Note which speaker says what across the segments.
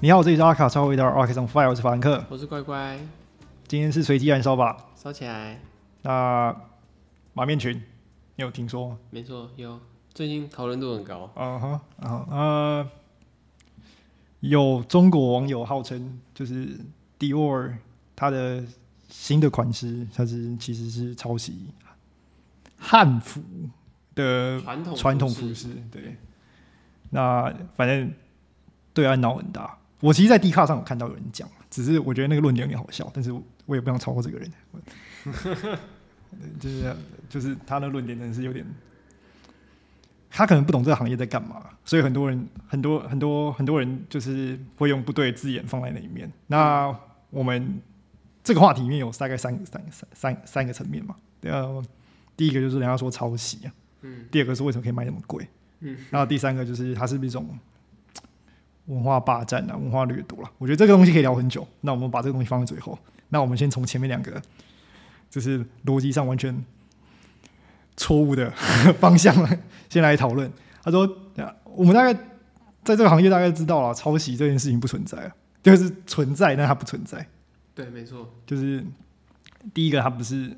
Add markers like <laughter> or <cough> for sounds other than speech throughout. Speaker 1: 你好，这里是阿卡超回到 Arc on Fire，我是法兰克。
Speaker 2: 我是乖乖，
Speaker 1: 今天是随机燃烧吧？
Speaker 2: 烧起来，
Speaker 1: 那马面裙，你有听说吗？
Speaker 2: 没错，有。最近讨论度很高，
Speaker 1: 啊哈啊呃，有中国网友号称就是 Dior 它的新的款式，它是其实是抄袭汉服的
Speaker 2: 传统
Speaker 1: 呃传统服饰，对。那反正对岸闹很大，我其实，在 D 卡上有看到有人讲，只是我觉得那个论点有点好笑，但是我我也不想超过这个人。 <laughs> 我就是就是他的论点真的是有点，他可能不懂这个行业在干嘛，所以很多人很多很多很多人就是会用不对的字眼放在那里面。那我们这个话题里面有大概三个三三三三个层面嘛，呃，第一个就是人家说抄袭啊，
Speaker 2: 嗯
Speaker 1: 第二个是为什么可以卖那么贵，
Speaker 2: 嗯，
Speaker 1: 然后第三个就是它是不是一种文化霸占啊、文化掠夺啦、我觉得这个东西可以聊很久，那我们把这个东西放在最后。那我们先从前面两个，就是逻辑上完全错误的方向来先来讨论。他说，呃我们大概在这个行业大概知道了抄袭这件事情不存在啊，就是存在，但它不存在。
Speaker 2: 对，没错。
Speaker 1: 就是第一个，它不是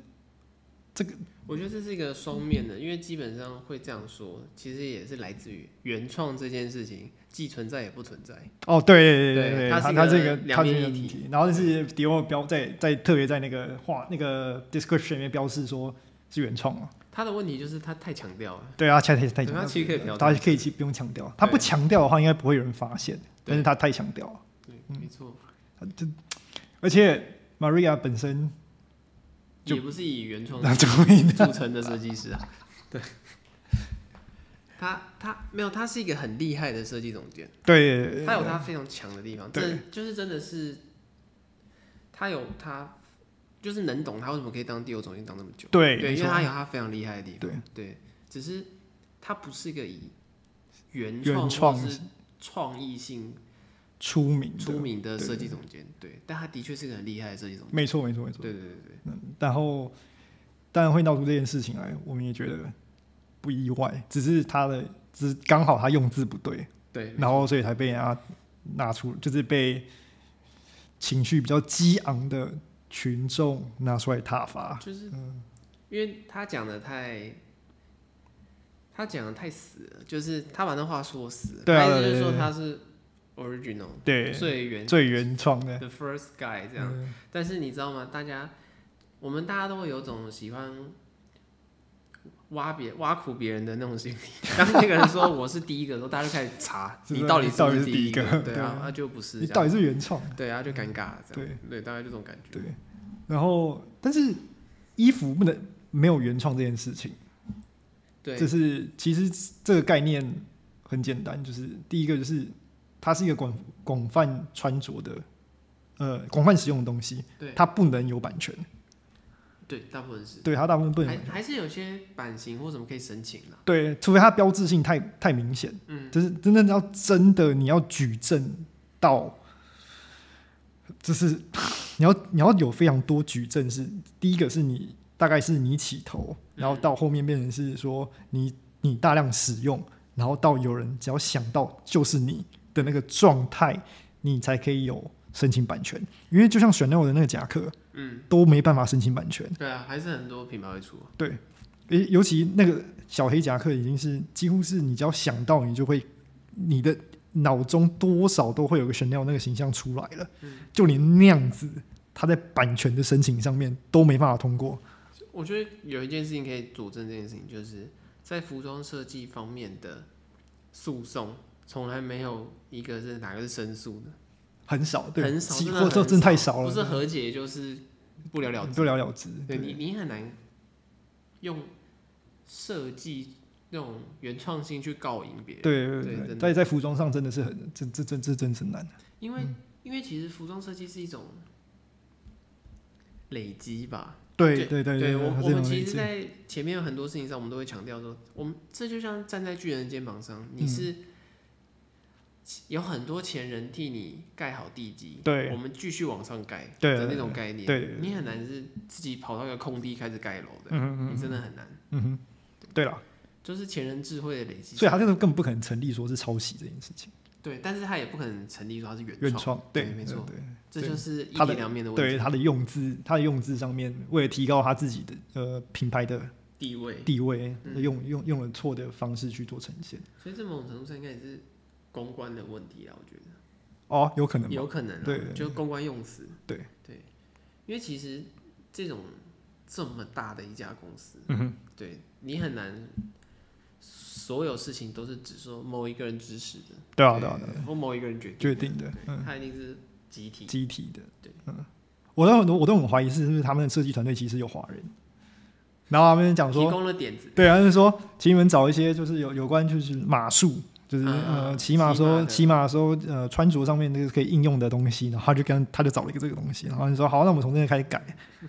Speaker 2: 我觉得这是一个双面的，因为基本上会这样说，其实也是来自于原创这件事情，既存在也不存在。
Speaker 1: 哦，对对对
Speaker 2: 对
Speaker 1: 对，
Speaker 2: 它
Speaker 1: 它
Speaker 2: 是一
Speaker 1: 它
Speaker 2: 个
Speaker 1: 这个它
Speaker 2: 两
Speaker 1: 这
Speaker 2: 面
Speaker 1: 个
Speaker 2: 一
Speaker 1: 问
Speaker 2: 体
Speaker 1: 题，然后但是迪奥标在在特别在那个画那个 description 里面标示说是原创嘛，
Speaker 2: 他的问题就是他太强调了，
Speaker 1: 对啊，太太太
Speaker 2: 对
Speaker 1: 强
Speaker 2: 它
Speaker 1: 调，
Speaker 2: 其实可以不要
Speaker 1: 它可以其实不用强调，它不
Speaker 2: 对
Speaker 1: 强调的话应该不会有人发现，但是
Speaker 2: 对
Speaker 1: 它太强调了，
Speaker 2: 对，没错，
Speaker 1: 而且 Maria 本身就
Speaker 2: 也不是以原
Speaker 1: <laughs>
Speaker 2: 创
Speaker 1: 就会
Speaker 2: 嗯著称的设计师啊，对。他他没有，他是一个很厉害的设计总监。
Speaker 1: 对，
Speaker 2: 他有他非常强的地方，
Speaker 1: 对
Speaker 2: 这就是真的是，他有他就是能懂他为什么可以当第六总监当那么久，
Speaker 1: 对
Speaker 2: 对，
Speaker 1: 没
Speaker 2: 因
Speaker 1: 错
Speaker 2: 为他有他非常厉害的地方，
Speaker 1: 对
Speaker 2: 对，只是他不是一个以原
Speaker 1: 原
Speaker 2: 创
Speaker 1: 创
Speaker 2: 或是创意性
Speaker 1: 出名的
Speaker 2: 出，名的设计总监，对，但他的确是个很厉害的设计总监，
Speaker 1: 没错没错没错，
Speaker 2: 对对对对，
Speaker 1: 然后当然会闹出这件事情来，我们也觉得不意外，只是他的只是刚好他用字不对。
Speaker 2: 对，
Speaker 1: 然后所以才被人家拿出，就是被情绪比较激昂的群众拿出来挞伐。
Speaker 2: 就是
Speaker 1: 嗯
Speaker 2: 因为他讲的太，他讲的太死了，就是他把那话说死了，
Speaker 1: 对啊
Speaker 2: 他意思
Speaker 1: 对
Speaker 2: 就
Speaker 1: 对
Speaker 2: 是说
Speaker 1: 对
Speaker 2: 他是 original。
Speaker 1: 对，
Speaker 2: 最原
Speaker 1: 最原创的，
Speaker 2: The First Guy 这样。
Speaker 1: 嗯
Speaker 2: 但是你知道吗？大家，我们大家都会有种喜欢挖别挖苦别人的那种心理。当那个人说我是第一个的时候，大家就开始查
Speaker 1: <laughs> 是不是
Speaker 2: 你到底是不
Speaker 1: 你到底是
Speaker 2: 第
Speaker 1: 第一个
Speaker 2: 对
Speaker 1: <laughs> 对
Speaker 2: 啊，啊就不是
Speaker 1: 你
Speaker 2: 这样，
Speaker 1: 到底是原创？
Speaker 2: 对啊就尴尬了这样。对对，大概就这种感觉。
Speaker 1: 对，然后但是衣服不能没有原创这件事情，
Speaker 2: 对
Speaker 1: 这是其实这个概念很简单，就是第一个就是它是一个广广泛穿着的，呃，广泛使用的东西，
Speaker 2: 对
Speaker 1: 它不能有版权，
Speaker 2: 对，大部分是
Speaker 1: 对它大部分不能有版
Speaker 2: 还
Speaker 1: 权。
Speaker 2: 还是有些版型或什么可以申请的。
Speaker 1: 对，除非它标志性太太明显，
Speaker 2: 嗯，
Speaker 1: 就是真的要真的你要举证到，就是 <laughs> 你要你要有非常多举证是，第一个是你大概是你起头，然后到后面变成是说你你大量使用，然后到有人只要想到就是你的那个状态，你才可以有申请版权，因为就像 Chanel 的那个夹克
Speaker 2: 嗯，
Speaker 1: 都没办法申请版权。
Speaker 2: 对啊，还是很多品牌会出。
Speaker 1: 诶，尤其那个小黑夹克已经是几乎是你只要想到你就会，你的脑中多少都会有个 Chanel 那个形象出来了，
Speaker 2: 嗯
Speaker 1: 就连那样子，他在版权的申请上面都没办法通过。
Speaker 2: 我觉得有一件事情可以佐证这件事情，就是在服装设计方面的诉讼，从来没有一个是哪个是申诉的，
Speaker 1: 很少，对，
Speaker 2: 很少
Speaker 1: 几
Speaker 2: 真的
Speaker 1: 或者说
Speaker 2: 很
Speaker 1: 真的太
Speaker 2: 少
Speaker 1: 少了，
Speaker 2: 不是和解就是不了了之。
Speaker 1: 不了了之。
Speaker 2: 对你，你很难用设计那种原创性去告赢别人，
Speaker 1: 对对
Speaker 2: 对
Speaker 1: 对对，
Speaker 2: 真的
Speaker 1: 在在服装上真的是很，这这这这真是难。
Speaker 2: 因为、因为其实服装设计是一种累积吧，
Speaker 1: 对对对
Speaker 2: 对，我
Speaker 1: 它
Speaker 2: 我
Speaker 1: 这种
Speaker 2: 们其
Speaker 1: 类
Speaker 2: 实，
Speaker 1: 似
Speaker 2: 在前面有很多事情上，我们都会强调说，我们这就像站在巨人的肩膀上，你
Speaker 1: 嗯
Speaker 2: 是有很多前人替你盖好地基，
Speaker 1: 对
Speaker 2: 我们继续往上盖
Speaker 1: 对
Speaker 2: 的那种概念，
Speaker 1: 对对对
Speaker 2: 你很难是自己跑到一个空地开始盖楼的，
Speaker 1: 嗯嗯
Speaker 2: 你真的很难，
Speaker 1: 嗯哼，对了，
Speaker 2: 就是前人智慧的累积，
Speaker 1: 所以他这个根本不可能成立说是抄袭这件事情。
Speaker 2: 对，但是他也不可能成立说他是原
Speaker 1: 原
Speaker 2: 创，
Speaker 1: 创
Speaker 2: 对
Speaker 1: 对，
Speaker 2: 没错
Speaker 1: 对
Speaker 2: 这
Speaker 1: 对
Speaker 2: 就是一
Speaker 1: 他的
Speaker 2: 体两面的问
Speaker 1: 对
Speaker 2: 题。
Speaker 1: 他的用字，他的用字上面，为了提高他自己的呃品牌的
Speaker 2: 地位，
Speaker 1: 地位，
Speaker 2: 嗯
Speaker 1: 用用用了错的方式去做呈现，
Speaker 2: 所以这某种程度上应该也是公关的问题啊，我觉得。
Speaker 1: 哦，有可能吧，
Speaker 2: 有可能、啊，
Speaker 1: 对
Speaker 2: 就是公关用词，
Speaker 1: 对
Speaker 2: 对，因为其实这种这么大的一家公司，
Speaker 1: 嗯哼，
Speaker 2: 对你很难所有事情都是只说某一个人指使的，
Speaker 1: 对啊，对啊，对啊，
Speaker 2: 或某一个人决定，
Speaker 1: 决定的，嗯
Speaker 2: 对，，他一定是集体，
Speaker 1: 机体的，
Speaker 2: 对，
Speaker 1: 嗯，我都很我都很怀疑是不是他们的设计团队其实有华人，然后他们讲
Speaker 2: 提
Speaker 1: 说，
Speaker 2: 供了点子，
Speaker 1: 对啊，就是说，请你们找一些就是有有关就是马术。就是
Speaker 2: 啊
Speaker 1: 呃，骑马的时候，
Speaker 2: 骑
Speaker 1: 骑马的时候，呃，穿着上面那个可以应用的东西，然后他就跟他就找了一个这个东西，然后你说好，那我们从这个开始改，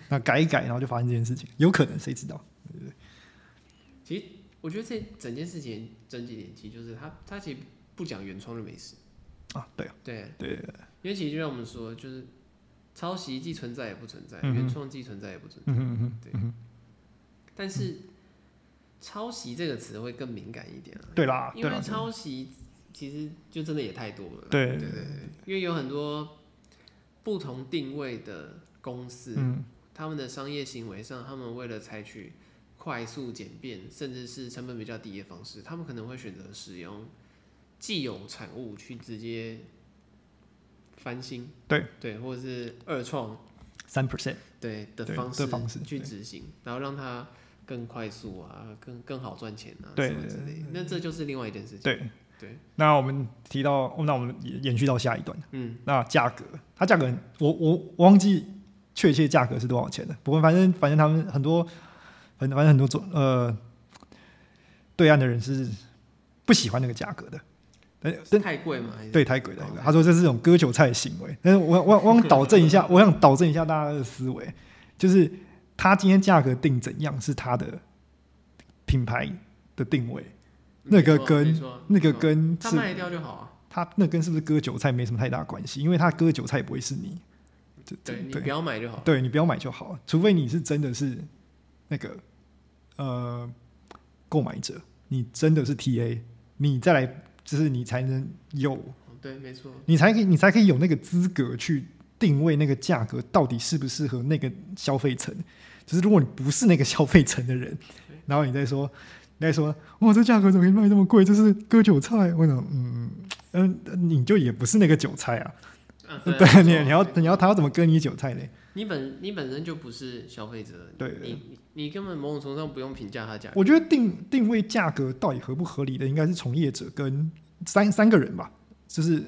Speaker 1: 那改一改，然后就发生这件事情，有可能谁知道？
Speaker 2: 其实我觉得这整件事情整几点，其实就是他他其实不讲原创就没事，
Speaker 1: 啊，对啊，
Speaker 2: 对，
Speaker 1: 对对，
Speaker 2: 因为其实就像我们说，就是抄袭既存在也不存在，
Speaker 1: 嗯哼
Speaker 2: 原创既存在也不存在。
Speaker 1: 嗯哼嗯哼，
Speaker 2: 但是“抄袭”这个词会更敏感一点啊，
Speaker 1: 对啦，
Speaker 2: 因
Speaker 1: 对
Speaker 2: 为
Speaker 1: 啦，
Speaker 2: 抄袭其实就真的也太多了啦。
Speaker 1: 对
Speaker 2: 对
Speaker 1: 对
Speaker 2: 对对，因为有很多不同定位的公司，
Speaker 1: 嗯，
Speaker 2: 他们的商业行为上，他们为了采取快速、简便，甚至是成本比较低的方式，他们可能会选择使用既有产物去直接翻新，
Speaker 1: 对
Speaker 2: 对，或者是二创
Speaker 1: 三 percent，
Speaker 2: 对的
Speaker 1: 对
Speaker 2: 方
Speaker 1: 的方式
Speaker 2: 去
Speaker 1: 对
Speaker 2: 执行，然后让它更快速啊，更更好赚钱啊，
Speaker 1: 对
Speaker 2: 什么之类的。那这就是另外一件事情。
Speaker 1: 对
Speaker 2: 对。
Speaker 1: 那我们提到，哦那我们也延续到下一段，
Speaker 2: 嗯，
Speaker 1: 那价格，它价格很，我我我忘记确切价格是多少钱了。不过反正反正他们很多，反正反正很多种呃，对岸的人是不喜欢那个价格的。但
Speaker 2: 是
Speaker 1: 但
Speaker 2: 太贵嘛？还是，
Speaker 1: 对，太贵太贵。他说这是一种割韭菜的行为。但是我我我想导正一下，我想导正一下大家的思维，就是他今天价格定怎样是他的品牌的定位，那个
Speaker 2: 没错
Speaker 1: 跟
Speaker 2: 没错
Speaker 1: 那个
Speaker 2: 没错
Speaker 1: 跟
Speaker 2: 他
Speaker 1: 是
Speaker 2: 卖掉就好啊。
Speaker 1: 他那跟是不是割韭菜没什么太大关系，因为他割韭菜也不会是你。这这
Speaker 2: 对你
Speaker 1: 对
Speaker 2: 不要买就好。
Speaker 1: 对你不要买就好，除非你是真的是那个呃购买者，你真的是 TA，你再来就是你才能有，
Speaker 2: 对，没错。
Speaker 1: 你才可以你才可以有那个资格去定位那个价格到底适不适合那个消费层。就是如果你不是那个消费层的人，然后你再说。你再说，哇，这价格怎么可以卖这么贵？这是割韭菜。我想，嗯嗯，你就也不是那个韭菜啊。 <laughs>
Speaker 2: 啊对啊
Speaker 1: 对，你
Speaker 2: 没错
Speaker 1: 你要
Speaker 2: 没错
Speaker 1: 你要他要怎么割你韭菜呢？
Speaker 2: 你本你本身就不是消费者，
Speaker 1: 对
Speaker 2: 你你你根本某种程度上不用评价它的价格。
Speaker 1: 我觉得定定位价格到底合不合理的，应该是从业者跟三三个人吧，就是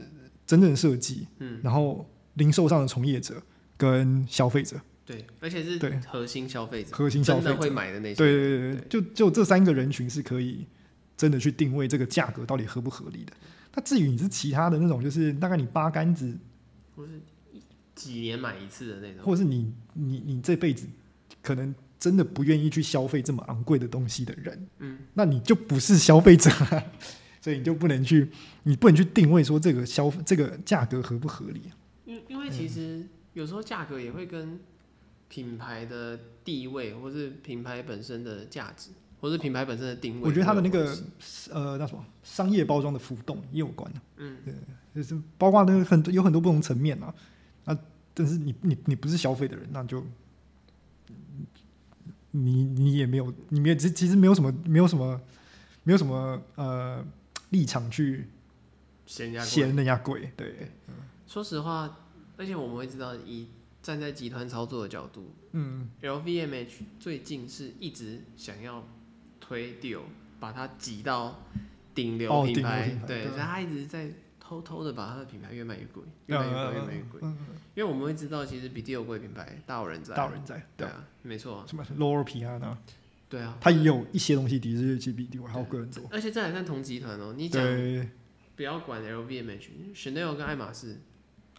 Speaker 1: 真正的设计，
Speaker 2: 嗯，
Speaker 1: 然后零售上的从业者跟消费者，
Speaker 2: 对，而且是
Speaker 1: 对
Speaker 2: 核心消费者，
Speaker 1: 核心消费
Speaker 2: 真的
Speaker 1: 者，
Speaker 2: 会买的
Speaker 1: 对
Speaker 2: 那些。
Speaker 1: 对对对，就就这三个人群是可以真的去定位这个价格到底合不合理的。那至于你是其他的那种，就是大概你八竿子，
Speaker 2: 几年买一次的那种。
Speaker 1: 或者是你你你这辈子可能真的不愿意去消费这么昂贵的东西的人，
Speaker 2: 嗯，
Speaker 1: 那你就不是消费者、啊， <laughs> 所以你就不能去，你不能去定位说这个消这个价格合不合理、
Speaker 2: 因因为其实有时候价格也会跟品牌的地位，或是品牌本身的价值，或是品牌本身的定位。
Speaker 1: 我觉得它的那个
Speaker 2: 会有关系
Speaker 1: 呃，那什么商业包装的浮动也有关、啊，
Speaker 2: 嗯，
Speaker 1: 就是包括那个很多有很多不同层面啊，啊，但是你你你不是消费的人，那就。你你也没有，你没有，其实其实没有什么，没有什么，没有什么呃立场去
Speaker 2: 嫌人家贵。
Speaker 1: 嫌人家贵，对，
Speaker 2: 说实话，而且我们会知道，以站在集团操作的角度
Speaker 1: 嗯，
Speaker 2: ，LVMH 最近是一直想要推 deal，把它挤到顶流
Speaker 1: 哦
Speaker 2: 品
Speaker 1: 顶流
Speaker 2: 牌，
Speaker 1: 品牌
Speaker 2: 对，
Speaker 1: 对
Speaker 2: 所以他一直在偷偷的把它的品牌越卖越贵，越卖越贵，越卖越贵。
Speaker 1: 嗯，
Speaker 2: 因为我们会知道，其实比 deal 贵的品牌大有人在，
Speaker 1: 大人在，
Speaker 2: 对
Speaker 1: 对，
Speaker 2: 啊，没错啊，
Speaker 1: 什么 Loro Piana，
Speaker 2: 对啊，
Speaker 1: 它也有一些东西的确是比我还要贵很多，
Speaker 2: 而且这还算同集团哦。你讲
Speaker 1: 对，
Speaker 2: 不要管 LVMH、Chanel 跟爱马仕，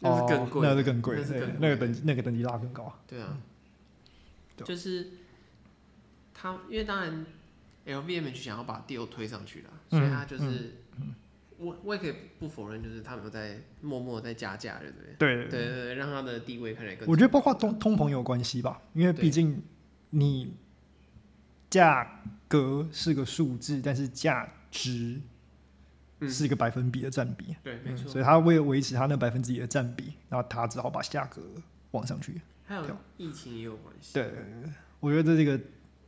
Speaker 2: 那
Speaker 1: 哦
Speaker 2: 是更，贵
Speaker 1: 那是
Speaker 2: 的，
Speaker 1: 更贵，
Speaker 2: 那是
Speaker 1: 对
Speaker 2: 更贵
Speaker 1: 那个等级那个等级拉更高啊，
Speaker 2: 对啊，
Speaker 1: 对
Speaker 2: 就是他，因为当然 LVMH 想要把 deal 推上去了，
Speaker 1: 嗯
Speaker 2: 所以他就是我我也可以不否认，就是他们有在默默在加价，对不对？
Speaker 1: 对
Speaker 2: 对对对，让他的地位看起来更，
Speaker 1: 我觉得包括通通膨有关系吧，因为
Speaker 2: 对
Speaker 1: 毕竟你价格是个数字，但是价值
Speaker 2: 嗯
Speaker 1: 是一个百分比的占比。
Speaker 2: 对，没
Speaker 1: 嗯，
Speaker 2: 错。
Speaker 1: 所以他为了维持他那百分之一的占比，然后他只好把价格往上去。
Speaker 2: 还有疫情也有关系。
Speaker 1: 对，我觉得这个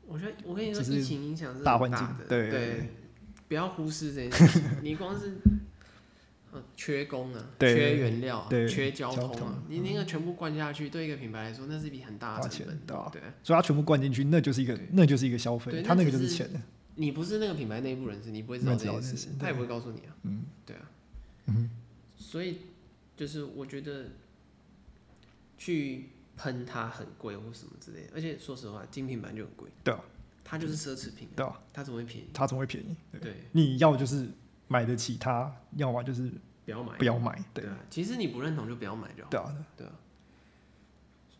Speaker 2: 我觉得我跟你说，
Speaker 1: 就是
Speaker 2: 疫情影响是很
Speaker 1: 大
Speaker 2: 大
Speaker 1: 环境
Speaker 2: 的，
Speaker 1: 对
Speaker 2: 不要忽视这件
Speaker 1: <laughs>
Speaker 2: 事情。你光是呃缺工啊，
Speaker 1: 对
Speaker 2: 缺原料、啊，
Speaker 1: 对
Speaker 2: 缺交通
Speaker 1: 交通嗯
Speaker 2: 啊，你那个全部灌下去，对一个品牌来说，那是一笔很大
Speaker 1: 花
Speaker 2: 的
Speaker 1: 钱
Speaker 2: 成本。
Speaker 1: 对吧、啊
Speaker 2: 对，啊
Speaker 1: 所以他全部灌进去，那就是一个
Speaker 2: 对
Speaker 1: 那就是一个消费，
Speaker 2: 对
Speaker 1: 他
Speaker 2: 那
Speaker 1: 那
Speaker 2: 只
Speaker 1: 个就是
Speaker 2: 是
Speaker 1: 钱。
Speaker 2: 你不是那个品牌内部人士，你不会知道
Speaker 1: 没
Speaker 2: 这
Speaker 1: 知道
Speaker 2: 件
Speaker 1: 这
Speaker 2: 事
Speaker 1: 件事，
Speaker 2: 他也不会告诉你啊。
Speaker 1: 嗯，
Speaker 2: 对啊。所以就是我觉得去喷它很贵或什么之类的，而且说实话，精品版就很贵。
Speaker 1: 对啊，
Speaker 2: 它就是奢侈品啊，
Speaker 1: 对吧、
Speaker 2: 它怎么会便宜？
Speaker 1: 他总会便宜。对，
Speaker 2: 对，
Speaker 1: 你要就是买得起它，要么就是
Speaker 2: 不要买。
Speaker 1: 不要买。对
Speaker 2: 对，啊，其实你不认同就不要买就好。
Speaker 1: 对啊，
Speaker 2: 对啊，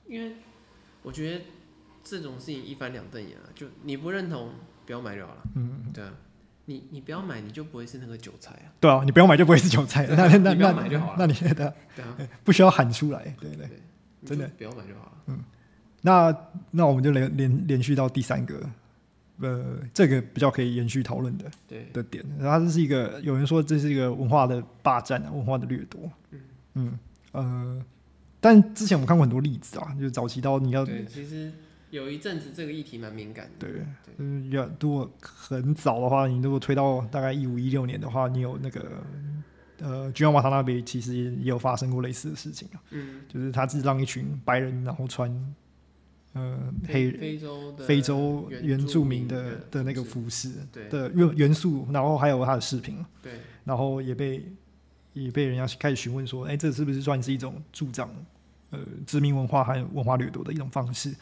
Speaker 2: 因为我觉得这种事情一翻两瞪眼啊，就你不认同不要买就好了。
Speaker 1: 嗯，
Speaker 2: 对啊，你你不要买，你就不会是那个韭菜啊。
Speaker 1: 对啊，你不要买就不会是韭菜。
Speaker 2: 对
Speaker 1: 那
Speaker 2: 啊
Speaker 1: 那那
Speaker 2: 你不要
Speaker 1: 那
Speaker 2: 买就好了
Speaker 1: 那你 <laughs> 觉得
Speaker 2: 对啊，
Speaker 1: 不需要喊出来？对对。
Speaker 2: 你
Speaker 1: 真的
Speaker 2: 就不要买就好了。
Speaker 1: 那那我们就连连连续到第三个，呃，这个比较可以延续讨论的
Speaker 2: 对，
Speaker 1: 的点。然后它这是一个有人说这是一个文化的霸占啊，文化的掠夺。嗯呃，但之前我们看过很多例子啊，就是早期到你要
Speaker 2: 对，其实有一阵子这个议题蛮敏感的。
Speaker 1: 对，嗯，要如果很早的话，你如果推到大概一五一六年的话，你有那个呃，吉安瓦塔那边其实也有发生过类似的事情啊，
Speaker 2: 嗯，
Speaker 1: 就是他是让一群白人然后穿呃黑
Speaker 2: 非非洲的
Speaker 1: 非洲原住民
Speaker 2: 原
Speaker 1: 的
Speaker 2: 住民
Speaker 1: 的那个
Speaker 2: 服
Speaker 1: 服饰
Speaker 2: 饰对
Speaker 1: 的元元素，然后还有他的饰品，
Speaker 2: 对
Speaker 1: 然后也被也被人家开始询问说，哎、这是不是算是一种助长呃殖民文化还有文化掠夺的一种方式？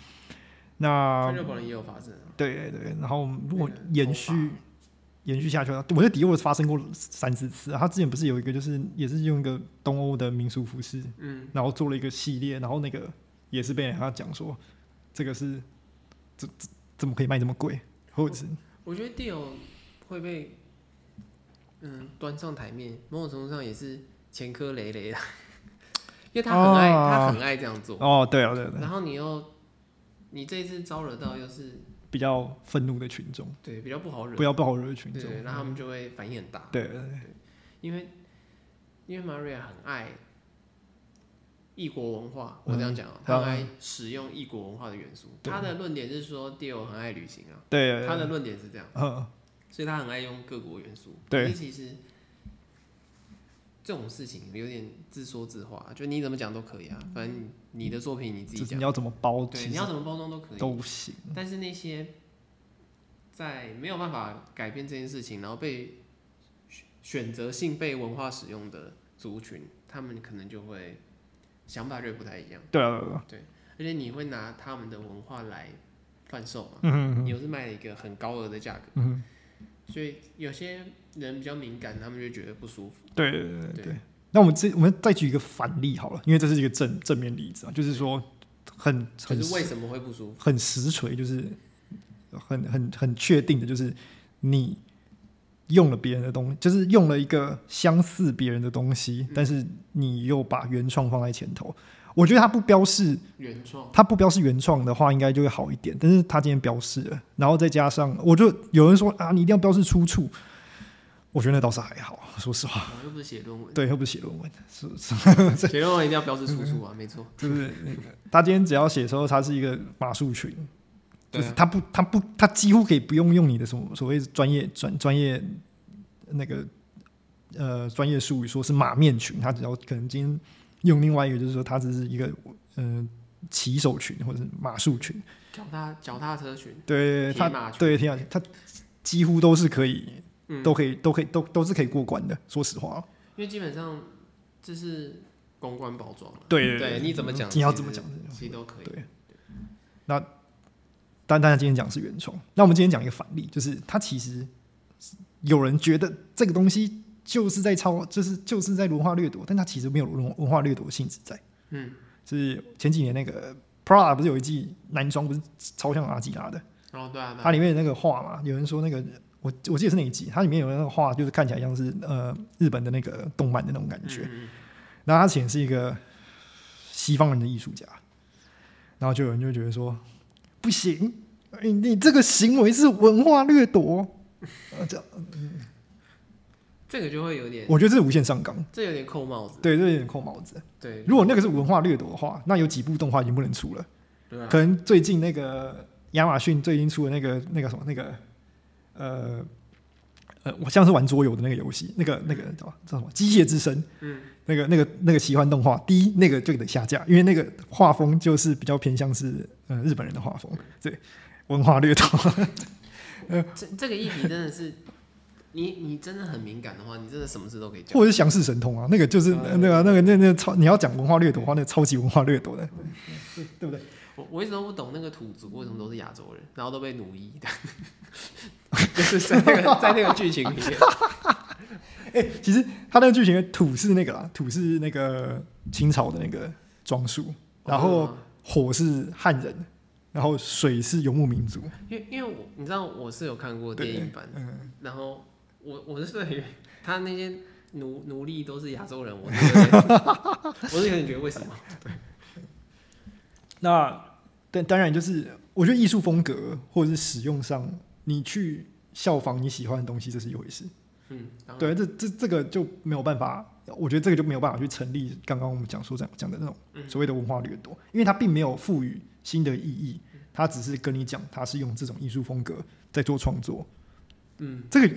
Speaker 1: 那
Speaker 2: 在热堡人也有发生啊。
Speaker 1: 对对对，然后如果
Speaker 2: 那个
Speaker 1: 延
Speaker 2: 头
Speaker 1: 续延续下去，我觉得迪奥发生过三四次啊、他之前不是有一个，就是也是用一个东欧的民俗服饰，
Speaker 2: 嗯，
Speaker 1: 然后做了一个系列，然后那个也是被人家讲说这个是这这怎么可以卖这么贵，或者是
Speaker 2: 我觉得 deal 会被嗯端上台面，某种程度上也是前科累累的， <laughs> 因为他很爱、
Speaker 1: 啊
Speaker 2: 他很爱这样做，
Speaker 1: 哦，对啊对啊对啊，
Speaker 2: 然后你又你这一次招惹到又是
Speaker 1: 比较愤怒的群众，
Speaker 2: 对比较不好惹，
Speaker 1: 不要不好惹的群众，
Speaker 2: 对，然后他们就会反应很大，
Speaker 1: 对对对
Speaker 2: 因为因为 Maria 很爱异国文化，我这样讲、啊，他很爱使用异国文化的元素。
Speaker 1: 嗯对
Speaker 2: 他的论点是说 deal 很爱旅行啊，
Speaker 1: 对对，
Speaker 2: 他的论点是这样。
Speaker 1: 嗯
Speaker 2: 所以他很爱用各国元素。
Speaker 1: 对
Speaker 2: 可是其实这种事情有点自说自话，就你怎么讲都可以啊，反正你的作品你自己
Speaker 1: 就是
Speaker 2: 讲
Speaker 1: 你，要怎么包，
Speaker 2: 对，
Speaker 1: 其
Speaker 2: 你
Speaker 1: 实
Speaker 2: 要怎么包装都可以。
Speaker 1: 都行，
Speaker 2: 但是那些在没有办法改变这件事情，然后被选选择性被文化使用的族群，他们可能就会想法就会不太一样，
Speaker 1: 对啊对啊对啊，
Speaker 2: 而且你会拿他们的文化来贩售嘛，
Speaker 1: 嗯嗯
Speaker 2: 你又是卖了一个很高额的价格。
Speaker 1: 嗯，
Speaker 2: 所以有些人比较敏感，他们就觉得不舒服。
Speaker 1: 对对对对
Speaker 2: 对
Speaker 1: 对。那我们这我们再举一个反例好了，因为这是一个正正面例子啊，就是说很
Speaker 2: 可
Speaker 1: 很
Speaker 2: 是为什么会不舒服？
Speaker 1: 很实锤，就是很很很确定的，就是你用了别人的东西，就是用了一个相似别人的东西，但是你又把原创放在前头。我觉得它不标示，
Speaker 2: 原创，
Speaker 1: 它不标示原创的话，应该就会好一点。但是它今天标示了，然后再加上，我就有人说啊，你一定要标示出处。我觉得那倒是还好，说实话，
Speaker 2: 我又不是写
Speaker 1: <laughs>
Speaker 2: 论文，
Speaker 1: 对，又不是写论文，是是，
Speaker 2: 写论文一定要标示出处
Speaker 1: 嗯
Speaker 2: 啊，没错。
Speaker 1: 就是他今天只要写说他是一个马术群，就
Speaker 2: 对
Speaker 1: 是
Speaker 2: 啊，
Speaker 1: 他不，他不，他几乎可以不用用你的什么所谓专业专专业那个呃专业术语，说是马面群，他只要可能今天用另外一个，就是说他只是一个呃骑手群或者是马术群，
Speaker 2: 脚踏脚踏车群，
Speaker 1: 对
Speaker 2: 铁
Speaker 1: 他
Speaker 2: 马群，
Speaker 1: 对天啊，他几乎都是可以，
Speaker 2: 嗯
Speaker 1: 都可以，都可以，都都是可以过关的。说实话，
Speaker 2: 因为基本上这是公关包装了。
Speaker 1: 对嗯
Speaker 2: 对，你怎么讲？
Speaker 1: 你要
Speaker 2: 其实
Speaker 1: 怎么讲？
Speaker 2: 其实都可以。
Speaker 1: 对但大家今天讲的是原创，那我们今天讲一个反例，就是它其实有人觉得这个东西就是在抄，就是就是在文化掠夺，但它其实没有文文化掠夺的性质在。
Speaker 2: 嗯，
Speaker 1: 就是前几年那个 Prada 不是有一季男装不是超像阿基拉的，
Speaker 2: 然后对啊，对
Speaker 1: 它
Speaker 2: 啊
Speaker 1: 里面有那个画嘛，有人说那个我我记得是那一季，它里面有那个画，就是看起来像是呃日本的那个动漫的那种感觉。
Speaker 2: 嗯嗯
Speaker 1: 然后他显是一个西方人的艺术家，然后就有人就觉得说，不行，你你这个行为是文化掠夺，呃这样
Speaker 2: 嗯这个就会有点，
Speaker 1: 我觉得这是无限上纲，
Speaker 2: 这有点扣帽子。
Speaker 1: 对，这有点扣帽子。
Speaker 2: 对，
Speaker 1: 如果那个是文化掠夺的话，那有几部动画已经不能出了。
Speaker 2: 对啊，
Speaker 1: 可能最近那个亚马逊最近出的那个那个什么那个呃呃，我像是玩桌游的那个游戏，那个那个叫叫什么《机械之声》，
Speaker 2: 嗯，
Speaker 1: 那个那个那个奇幻动画，第一那个就得下架，因为那个画风就是比较偏向是呃日本人的画风，对文化掠夺。 <laughs>
Speaker 2: 这这个议题真的是，你你真的很敏感的话，你真的什么事都可以讲。
Speaker 1: 或者是降世神通啊，那个就是
Speaker 2: 啊
Speaker 1: 那个啊那个那那超你要讲文化掠夺的话，那个超级文化掠夺的，对对不对？
Speaker 2: 我我一直都不懂那个土族为什么都是亚洲人，然后都被奴役的， <laughs> 就是在那个在那个剧情里面，
Speaker 1: 哎、其实他那个剧情的土是那个啦，土是那个清朝的那个装束， <laughs> 然后
Speaker 2: 嗯
Speaker 1: 火是汉人，然后水是游牧民族。
Speaker 2: 因为因为我你知道我是有看过电
Speaker 1: 对
Speaker 2: 影版，，
Speaker 1: 嗯，
Speaker 2: 然后我我是对于他那些奴奴隶都是亚洲人，我是有点我是有点觉得为什么？
Speaker 1: 那但当然就是，我觉得艺术风格或者是使用上，你去效仿你喜欢的东西，这是一回事。
Speaker 2: 嗯，然后
Speaker 1: 对，这这这个就没有办法，我觉得这个就没有办法去成立刚刚我们讲说讲讲的那种
Speaker 2: 嗯
Speaker 1: 所谓的文化掠夺，因为它并没有赋予新的意义，它只是跟你讲它是用这种艺术风格在做创作。
Speaker 2: 嗯，
Speaker 1: 这个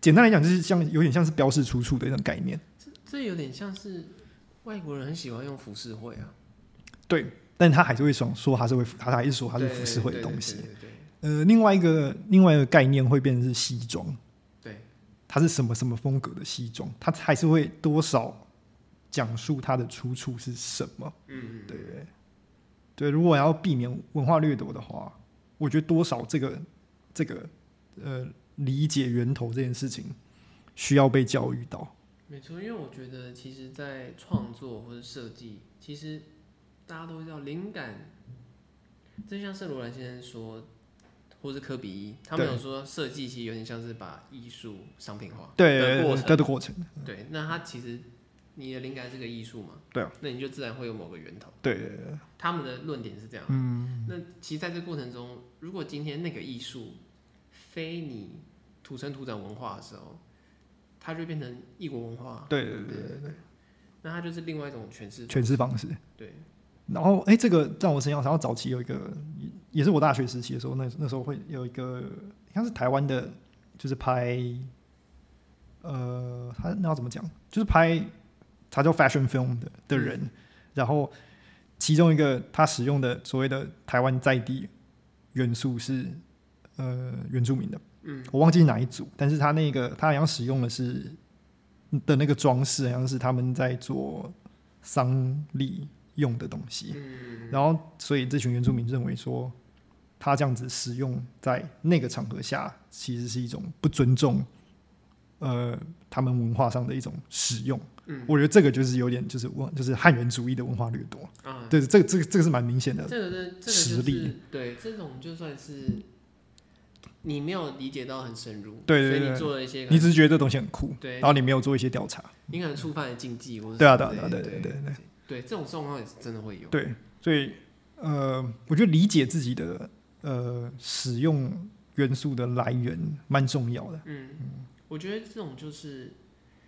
Speaker 1: 简单来讲就是像有点像是标示出处的一种概念，
Speaker 2: 这这有点像是外国人很喜欢用浮世绘啊，
Speaker 1: 对，但他还是会想说他是会他还是说它是浮世绘的
Speaker 2: 对
Speaker 1: 东西。
Speaker 2: 对对对
Speaker 1: 呃，另外一个另外一个概念会变成是西装，
Speaker 2: 对
Speaker 1: 它是什么什么风格的西装，它还是会多少讲述它的出处是什么。
Speaker 2: 对嗯，
Speaker 1: 对对对，如果要避免文化掠夺的话，我觉得多少这个这个呃理解源头这件事情需要被教育到。
Speaker 2: 没错，因为我觉得其实，在创作或者设计，其实大家都知道灵感，就像是罗兰先生说，或是科比一，他们
Speaker 1: 对
Speaker 2: 有说设计其实有点像是把艺术商品化
Speaker 1: 对
Speaker 2: 的过程。
Speaker 1: 对的过程，
Speaker 2: 对，那它其实你的灵感是个艺术嘛？
Speaker 1: 对啊，
Speaker 2: 那你就自然会有某个源头。
Speaker 1: 对对对对
Speaker 2: 他们的论点是这样。嗯，那其实在这过程中，如果今天那个艺术非你土生土长文化的时候，它就变成异国文化，
Speaker 1: 对对对对对
Speaker 2: 那它就是另外一种诠释
Speaker 1: 对，。诠释方式。
Speaker 2: 对，
Speaker 1: 然后，哎，这个让我想到，然后早期有一个，也也是我大学时期的时候，那那时候会有一个，应该是台湾的，就是拍，呃，他那要怎么讲，就是拍，他叫 fashion film 的的人，然后其中一个他使用的所谓的台湾在地元素是，呃，原住民的，
Speaker 2: 嗯，
Speaker 1: 我忘记哪一组，但是他那个他好像使用的是嗯的那个装饰，好像是他们在做丧礼用的东西。
Speaker 2: 嗯，
Speaker 1: 然后，所以这群原住民认为说，他这样子使用在那个场合下，其实是一种不尊重，呃，他们文化上的一种使用。
Speaker 2: 嗯
Speaker 1: 我觉得这个就是有点就是文就是汉人主义的文化掠夺。
Speaker 2: 啊，
Speaker 1: 对，这个这个这个是蛮明显的。
Speaker 2: 这个是这个就
Speaker 1: 实
Speaker 2: 是
Speaker 1: 力
Speaker 2: 对这种就算是你没有理解到很深入，
Speaker 1: 对对
Speaker 2: 所以
Speaker 1: 对
Speaker 2: 你做了一些可
Speaker 1: 你
Speaker 2: 能，
Speaker 1: 只是觉得这东西很酷，
Speaker 2: 对
Speaker 1: 然后你没有做一些调查。
Speaker 2: 你可能触犯了禁忌或者
Speaker 1: 对啊，
Speaker 2: 什
Speaker 1: 对
Speaker 2: 么
Speaker 1: 啊，
Speaker 2: 之
Speaker 1: 对
Speaker 2: 类的
Speaker 1: 对
Speaker 2: 对
Speaker 1: 对对。
Speaker 2: 对，这种状况也是真的会有。
Speaker 1: 对，所以呃，我觉得理解自己的呃使用元素的来源蛮重要的。
Speaker 2: 嗯，我觉得这种就是，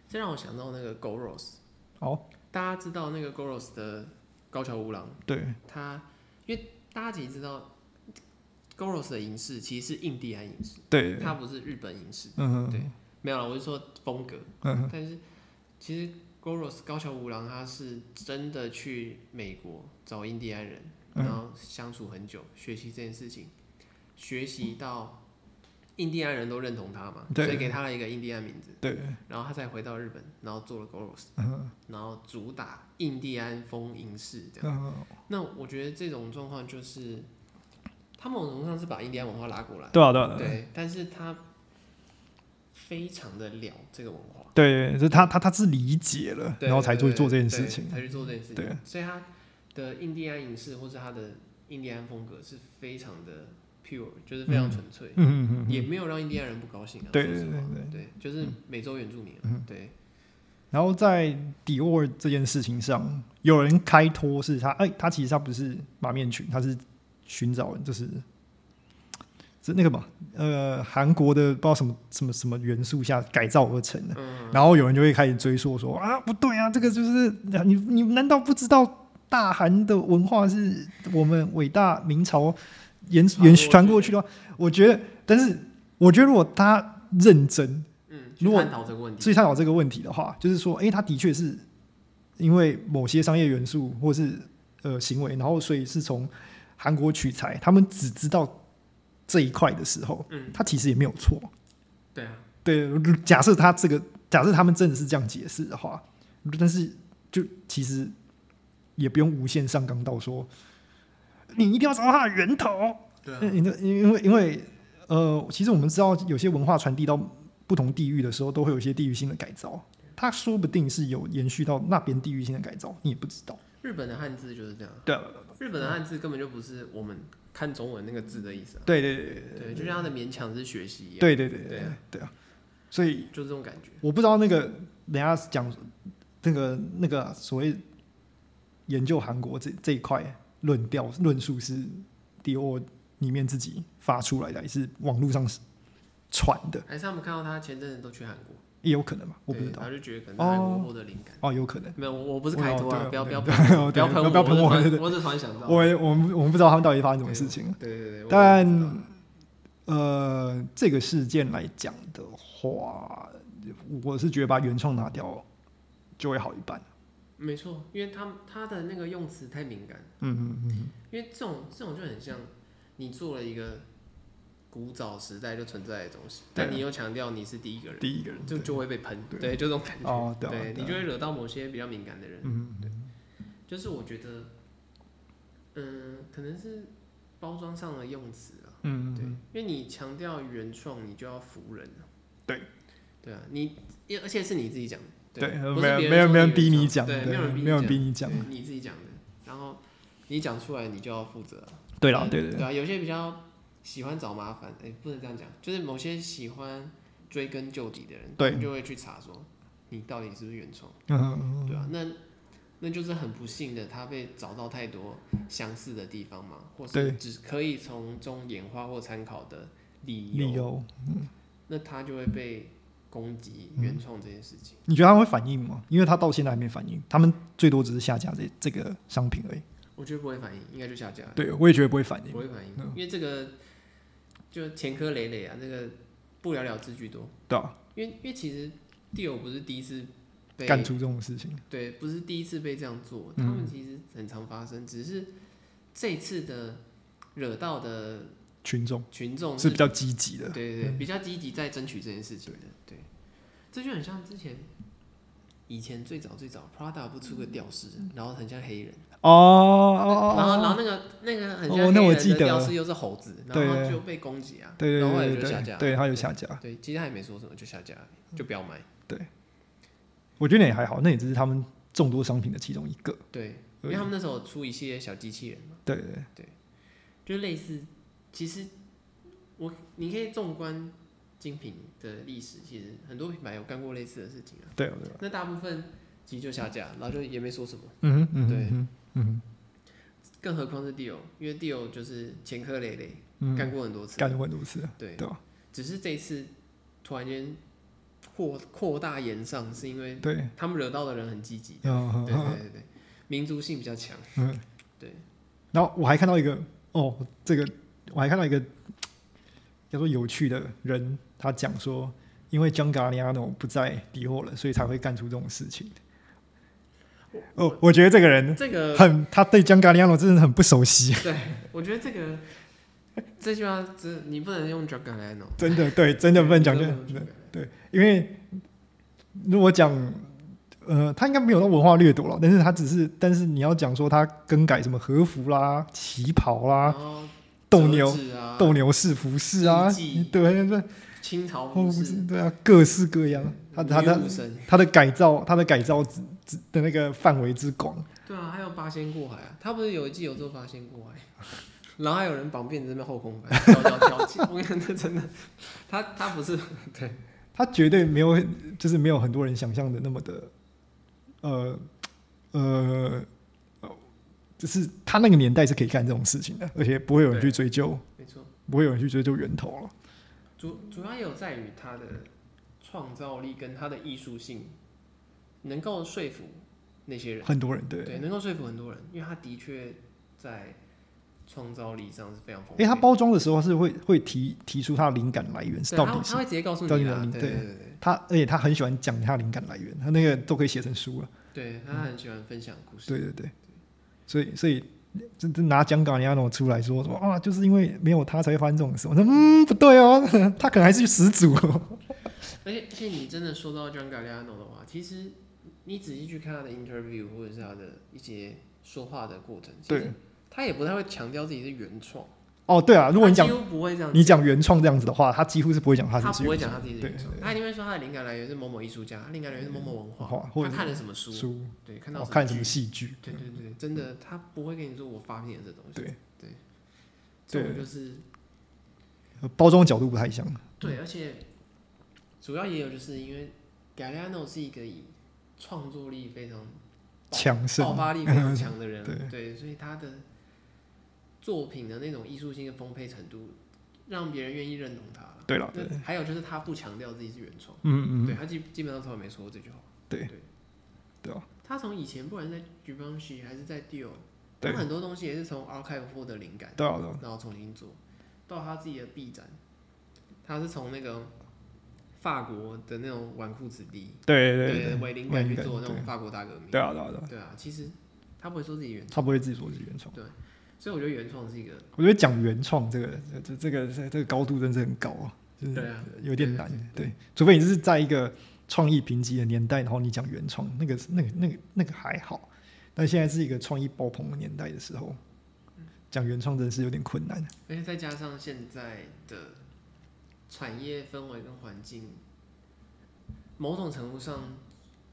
Speaker 2: 这让我想到那个 Goros，
Speaker 1: 哦，
Speaker 2: 大家知道那个 Goros 的高桥吾郎，
Speaker 1: 对，
Speaker 2: 他因为大家其实知道 Goros 的影视其实是印第安影视，
Speaker 1: 对，
Speaker 2: 它不是日本影视，
Speaker 1: 嗯
Speaker 2: 对没有了，我是说风格，
Speaker 1: 嗯，
Speaker 2: 但是其实 Goros 高桥吾郎他是真的去美国找印第安人，
Speaker 1: 嗯
Speaker 2: 然后相处很久，学习这件事情，学习到印第安人都认同他嘛，所
Speaker 1: 对
Speaker 2: 以给他了一个印第安名字。
Speaker 1: 对，
Speaker 2: 然后他才回到日本，然后做了 Goros，
Speaker 1: 嗯
Speaker 2: 然后主打印第安风银饰这样。
Speaker 1: 嗯，
Speaker 2: 那我觉得这种状况就是，他某种程度上是把印第安文化拉过来，
Speaker 1: 对啊，对啊，
Speaker 2: 对，但是他非常的了这个文化，
Speaker 1: 对，就是他他他是理解了，
Speaker 2: 对
Speaker 1: 然后才
Speaker 2: 对
Speaker 1: 去
Speaker 2: 对
Speaker 1: 做这件
Speaker 2: 对
Speaker 1: 事情。
Speaker 2: 才去做这件事
Speaker 1: 对
Speaker 2: 情，所以他的印第安影视或是他的印第安风格是非常的 pure，就是非常纯粹，
Speaker 1: 嗯嗯嗯。
Speaker 2: 也没有让印第安人不高兴啊，
Speaker 1: 对
Speaker 2: 说实
Speaker 1: 对
Speaker 2: 话
Speaker 1: 对嗯
Speaker 2: 对，就是美洲原住民、啊，对，
Speaker 1: 然后在 Dior 这件事情上，有人开脱是他，哎、他其实他不是马面裙，他是寻找就是这那个嘛，呃，韩国的不知道什么什么什么元素下改造而成的，然后有人就会开始追溯说啊，不对啊，这个就是你你难道不知道大韩的文化是我们伟大明朝延
Speaker 2: 传
Speaker 1: 延
Speaker 2: 过
Speaker 1: 续传过去的吗？我觉得，但是我觉得如果他认真
Speaker 2: 嗯，去
Speaker 1: 如果
Speaker 2: 探讨这个问题，
Speaker 1: 去探讨这个问题的话，就是说，诶，他的确是因为某些商业元素或是呃行为，然后所以是从韩国取材，他们只知道这一块的时候，
Speaker 2: 嗯，
Speaker 1: 他其实也没有错。
Speaker 2: 对啊，
Speaker 1: 对，假设他这个，假设他们真的是这样解释的话，但是就其实也不用无限上纲到说，你一定要找到它的源头。
Speaker 2: 对啊，
Speaker 1: 因因因为因为呃，其实我们知道有些文化传递到不同地域的时候，都会有一些地域性的改造。它说不定是有延续到那边地域性的改造，你也不知道。
Speaker 2: 日本的汉字就是这样，
Speaker 1: 对啊
Speaker 2: 日本的汉字根本就不是我们看中文那个字的意思啊，
Speaker 1: 对对对
Speaker 2: 对，就像他的勉强是学习一样，
Speaker 1: 对对对对对对啊！所以
Speaker 2: 就这种感觉，
Speaker 1: 我不知道那个人家讲那个那个所谓研究韩国这这一块论调论述是 D.O. 里面自己发出来的，还是网络上传的，
Speaker 2: 还是他们看到他前阵子都去韩国，
Speaker 1: 也有可能嘛？我不
Speaker 2: 对
Speaker 1: 知道
Speaker 2: 然后就觉得可能在韩国
Speaker 1: 哦
Speaker 2: 获得灵感，
Speaker 1: 哦，有可能。
Speaker 2: 没有，我我不是开脱啊，
Speaker 1: 我
Speaker 2: 不要不要
Speaker 1: 对
Speaker 2: 喷
Speaker 1: 对
Speaker 2: 我，不要喷
Speaker 1: 不要喷我
Speaker 2: 我，我
Speaker 1: 对
Speaker 2: 只是
Speaker 1: 对
Speaker 2: 突然我只是突然想到，
Speaker 1: 我也我们我们不知道他们到底发生什么事情。
Speaker 2: 对对对，我
Speaker 1: 但
Speaker 2: 也不知道
Speaker 1: 呃，这个事件来讲的话，我是觉得把原创拿掉就会好一半。
Speaker 2: 没错，因为他们他的那个用词太敏感，
Speaker 1: 嗯嗯嗯，
Speaker 2: 因为这种这种就很像你做了一个古早时代就存在的东西，
Speaker 1: 对啊
Speaker 2: 但你又强调你是第一个人，
Speaker 1: 第一个人
Speaker 2: 就
Speaker 1: 对
Speaker 2: 就会被喷，
Speaker 1: 对
Speaker 2: 对，就这种感觉，
Speaker 1: 哦对啊
Speaker 2: 对
Speaker 1: 对
Speaker 2: 你
Speaker 1: 啊
Speaker 2: 就会惹到某些比较敏感的人，
Speaker 1: 嗯嗯
Speaker 2: 就是我觉得，嗯、可能是包装上的用词啊，
Speaker 1: 嗯
Speaker 2: 对，因为你强调原创，你就要服人啊。
Speaker 1: 对，
Speaker 2: 对啊，你因为而且是你自己讲的，
Speaker 1: 对，呃
Speaker 2: 不是
Speaker 1: 没有
Speaker 2: 别
Speaker 1: 没有
Speaker 2: 说
Speaker 1: 没有人
Speaker 2: 原
Speaker 1: 逼你
Speaker 2: 创
Speaker 1: 讲，
Speaker 2: 对，没有人逼
Speaker 1: 没有人
Speaker 2: 你
Speaker 1: 逼你讲
Speaker 2: 讲，。对你自己讲的，然后你讲出来，你就要负责啊。
Speaker 1: 对啦，对对
Speaker 2: 对，啊，有些比较喜欢找麻烦，哎、不能这样讲，就是某些喜欢追根究底的人，
Speaker 1: 对
Speaker 2: 他们就会去查说你到底是不是原创，
Speaker 1: 嗯
Speaker 2: 对啊，那那就是很不幸的，他被找到太多相似的地方嘛，或
Speaker 1: 对
Speaker 2: 是只可以从中演化或参考的理由，
Speaker 1: 理由，
Speaker 2: 那他就会被攻击原创这件事情。
Speaker 1: 你觉得他们会反应吗？因为他到现在还没反应，他们最多只是下架这这个商品而已。
Speaker 2: 我觉得不会反应，应该就下架了，
Speaker 1: 对，我也觉得不会反应
Speaker 2: 不。会反应，因为这个就前科累累啊，那个不了了之居多。
Speaker 1: 对啊，
Speaker 2: 因为因为其实 d i 不是第一次被
Speaker 1: 干出这嗯种事情，
Speaker 2: 对，不是第一次被这样做，他们其实很常发生，只是这次的惹到的
Speaker 1: 群众
Speaker 2: 群众
Speaker 1: 是比较积极的。嗯
Speaker 2: 对对对比较积极在争取这件事情的，对，这就很像之前以前最早最早 Prada 不出个吊饰，然后很像黑人，
Speaker 1: 哦哦哦，
Speaker 2: 然后然后那个那个很像
Speaker 1: 哦那我
Speaker 2: 黑人
Speaker 1: 记
Speaker 2: 的
Speaker 1: 得
Speaker 2: 吊饰又是猴子，
Speaker 1: 对对
Speaker 2: 然后
Speaker 1: 对
Speaker 2: 就被攻击啊，
Speaker 1: 对
Speaker 2: 然后后来
Speaker 1: 对
Speaker 2: 就
Speaker 1: 对
Speaker 2: 下
Speaker 1: 对
Speaker 2: 架，
Speaker 1: 对，他有下架。
Speaker 2: 对，其实他也没说什么，就下架，就不要买，
Speaker 1: 我觉得那也还好，那也只是他们众多商品的其中一个。
Speaker 2: 对，因为他们那时候有出一系列小机器人。
Speaker 1: 对对对
Speaker 2: 就类似，其实我你可以纵观精品的历史，其实很多品牌有干过类似的事情啊。
Speaker 1: 对啊对啊，
Speaker 2: 那大部分其实就下架，然后就也没说什么。
Speaker 1: 嗯哼嗯哼
Speaker 2: 对
Speaker 1: 嗯哼嗯
Speaker 2: 更何况是 Dior，因为 Dior 就是前科累累，
Speaker 1: 哼
Speaker 2: 干
Speaker 1: 嗯，
Speaker 2: 过很多次。
Speaker 1: 干问如此，
Speaker 2: 对
Speaker 1: 对吧？
Speaker 2: 只是这一次突然间扩扩大延上，是因为
Speaker 1: 对，
Speaker 2: 他们惹到的人很
Speaker 1: <laughs>
Speaker 2: 积极。
Speaker 1: 嗯
Speaker 2: 对对对对，民族性比较强。
Speaker 1: 然后我还看到一个哦，这个我还看到一个叫做有趣的人，他讲说，因为 John Galliano 不在迪沃了，所以才会干出这种事情。哦，我觉得这个人
Speaker 2: 这个
Speaker 1: 很，他对 John Galliano 真的很不熟悉，
Speaker 2: 对，我觉得这个这句话真你不能用 j a g a l a n o
Speaker 1: 真的对，真的不能讲这。对，因为如果讲，呃，他应该没有到文化掠夺了，但是他只是，但是你要讲说他更改什么和服啦、旗袍啦、
Speaker 2: 啊，
Speaker 1: 斗牛、
Speaker 2: 折纸啊，
Speaker 1: 斗牛士服饰啊
Speaker 2: 艺伎，
Speaker 1: 对对，
Speaker 2: 清朝
Speaker 1: 哦
Speaker 2: 服
Speaker 1: 不
Speaker 2: 饰
Speaker 1: 是，，对啊，各式各样，他他
Speaker 2: 女
Speaker 1: 的
Speaker 2: 武神，
Speaker 1: 他的改造，他的改造之之的那个范围之广，
Speaker 2: 对啊，还有八仙过海啊，他不是有一季有做八仙过海， <laughs> 然后还有人绑辫子在那边后空翻，跳跳跳起，我跟你讲，这真的，他他不是对，
Speaker 1: 他绝对没有，就是没有很多人想象的那么的，呃呃，就是他那个年代是可以干这种事情的，而且不会有人去追究
Speaker 2: 没错，
Speaker 1: 不会有人去追究源头了。
Speaker 2: 主主要也有在于他的创造力跟他的艺术性，能够说服那些人，
Speaker 1: 很多人对，
Speaker 2: 对，能够说服很多人，因为他的确在创造力上是非常丰
Speaker 1: 因
Speaker 2: 富。
Speaker 1: 为他包装的时候是会会提提出他的灵感来源是到
Speaker 2: 对他
Speaker 1: 底
Speaker 2: 他
Speaker 1: 是
Speaker 2: 会直接告诉
Speaker 1: 到底
Speaker 2: 你啦，
Speaker 1: 哪里
Speaker 2: 对
Speaker 1: 对
Speaker 2: 对对对
Speaker 1: 他，而且他很喜欢讲他的灵感来源，他那个都可以写成书了。啊
Speaker 2: 对，他很喜欢分享故事。
Speaker 1: 对对对，所以所以这这拿香港人家那种出来说说啊，就是因为没有他才会发生这种事。我说嗯，不对哦，他可能还是始祖、哦
Speaker 2: 而且而且你真的说到 John Galliano 的话，其实你仔细去看他的 interview 或者是他的一些说话的过程，其实
Speaker 1: 对
Speaker 2: 他也不太会强调自己是原创。
Speaker 1: 哦，对啊，如果你
Speaker 2: 他
Speaker 1: 讲
Speaker 2: 几乎不会这样，
Speaker 1: 你讲原创这样子的话，他几乎是不会讲他
Speaker 2: 他
Speaker 1: 自己
Speaker 2: 不会
Speaker 1: 原
Speaker 2: 讲
Speaker 1: 创
Speaker 2: 他自己的
Speaker 1: 对
Speaker 2: 原创，他一定会说他的灵感来源是某某艺术家，灵感来源是某某文
Speaker 1: 文化
Speaker 2: 化，
Speaker 1: 或者
Speaker 2: 他看了什么书，
Speaker 1: 书，
Speaker 2: 对，看到
Speaker 1: 哦看什么
Speaker 2: 剧，
Speaker 1: 戏剧，
Speaker 2: 对对对，真的他不会跟你说我发现了这东西，
Speaker 1: 对
Speaker 2: 对，这
Speaker 1: 对
Speaker 2: 种就是
Speaker 1: 呃包装角度不太一样。
Speaker 2: 对，而且主要也有就是因为 Galliano 是一个以创作力非常
Speaker 1: 强盛
Speaker 2: 爆发力非常强的
Speaker 1: <laughs>
Speaker 2: 人，
Speaker 1: 对
Speaker 2: 对，所以他的作品的那种艺术性的丰沛程度，让别人愿意认同他。
Speaker 1: 对了，对
Speaker 2: 那，还有就是他不强调自己是原创。
Speaker 1: 嗯
Speaker 2: 对
Speaker 1: 嗯，
Speaker 2: 他基基本上从来没说过这句话。
Speaker 1: 对
Speaker 2: 对
Speaker 1: 对啊
Speaker 2: 他从以前不管是在 g i v e n c h y 还是在 Dior，他
Speaker 1: 对
Speaker 2: 们很多东西也是从 Archive 获得灵感，
Speaker 1: 对啊，对啊，
Speaker 2: 然后重新做到他自己的 B 展，他是从那个法国的那种纨绔子弟
Speaker 1: 对对对
Speaker 2: 为灵感
Speaker 1: 为
Speaker 2: 去
Speaker 1: 灵感
Speaker 2: 做那种
Speaker 1: 对
Speaker 2: 法国大革命。
Speaker 1: 对啊，对啊，对啊，
Speaker 2: 对啊，其实他不会说自己原，
Speaker 1: 他不会自己说自己原创。
Speaker 2: 所以我觉得原创是一个
Speaker 1: 我觉得讲原创这个这这个这个高度真是很高啊，就是
Speaker 2: 对啊
Speaker 1: 有点难。对，除非你是在一个创意贫瘠的年代，然后你讲原创，那个那个那个那个还好。但现在是一个创意爆棚的年代的时候，
Speaker 2: 嗯
Speaker 1: 讲原创真的是有点困难。
Speaker 2: 而且再加上现在的产业氛围跟环境，某种程度上，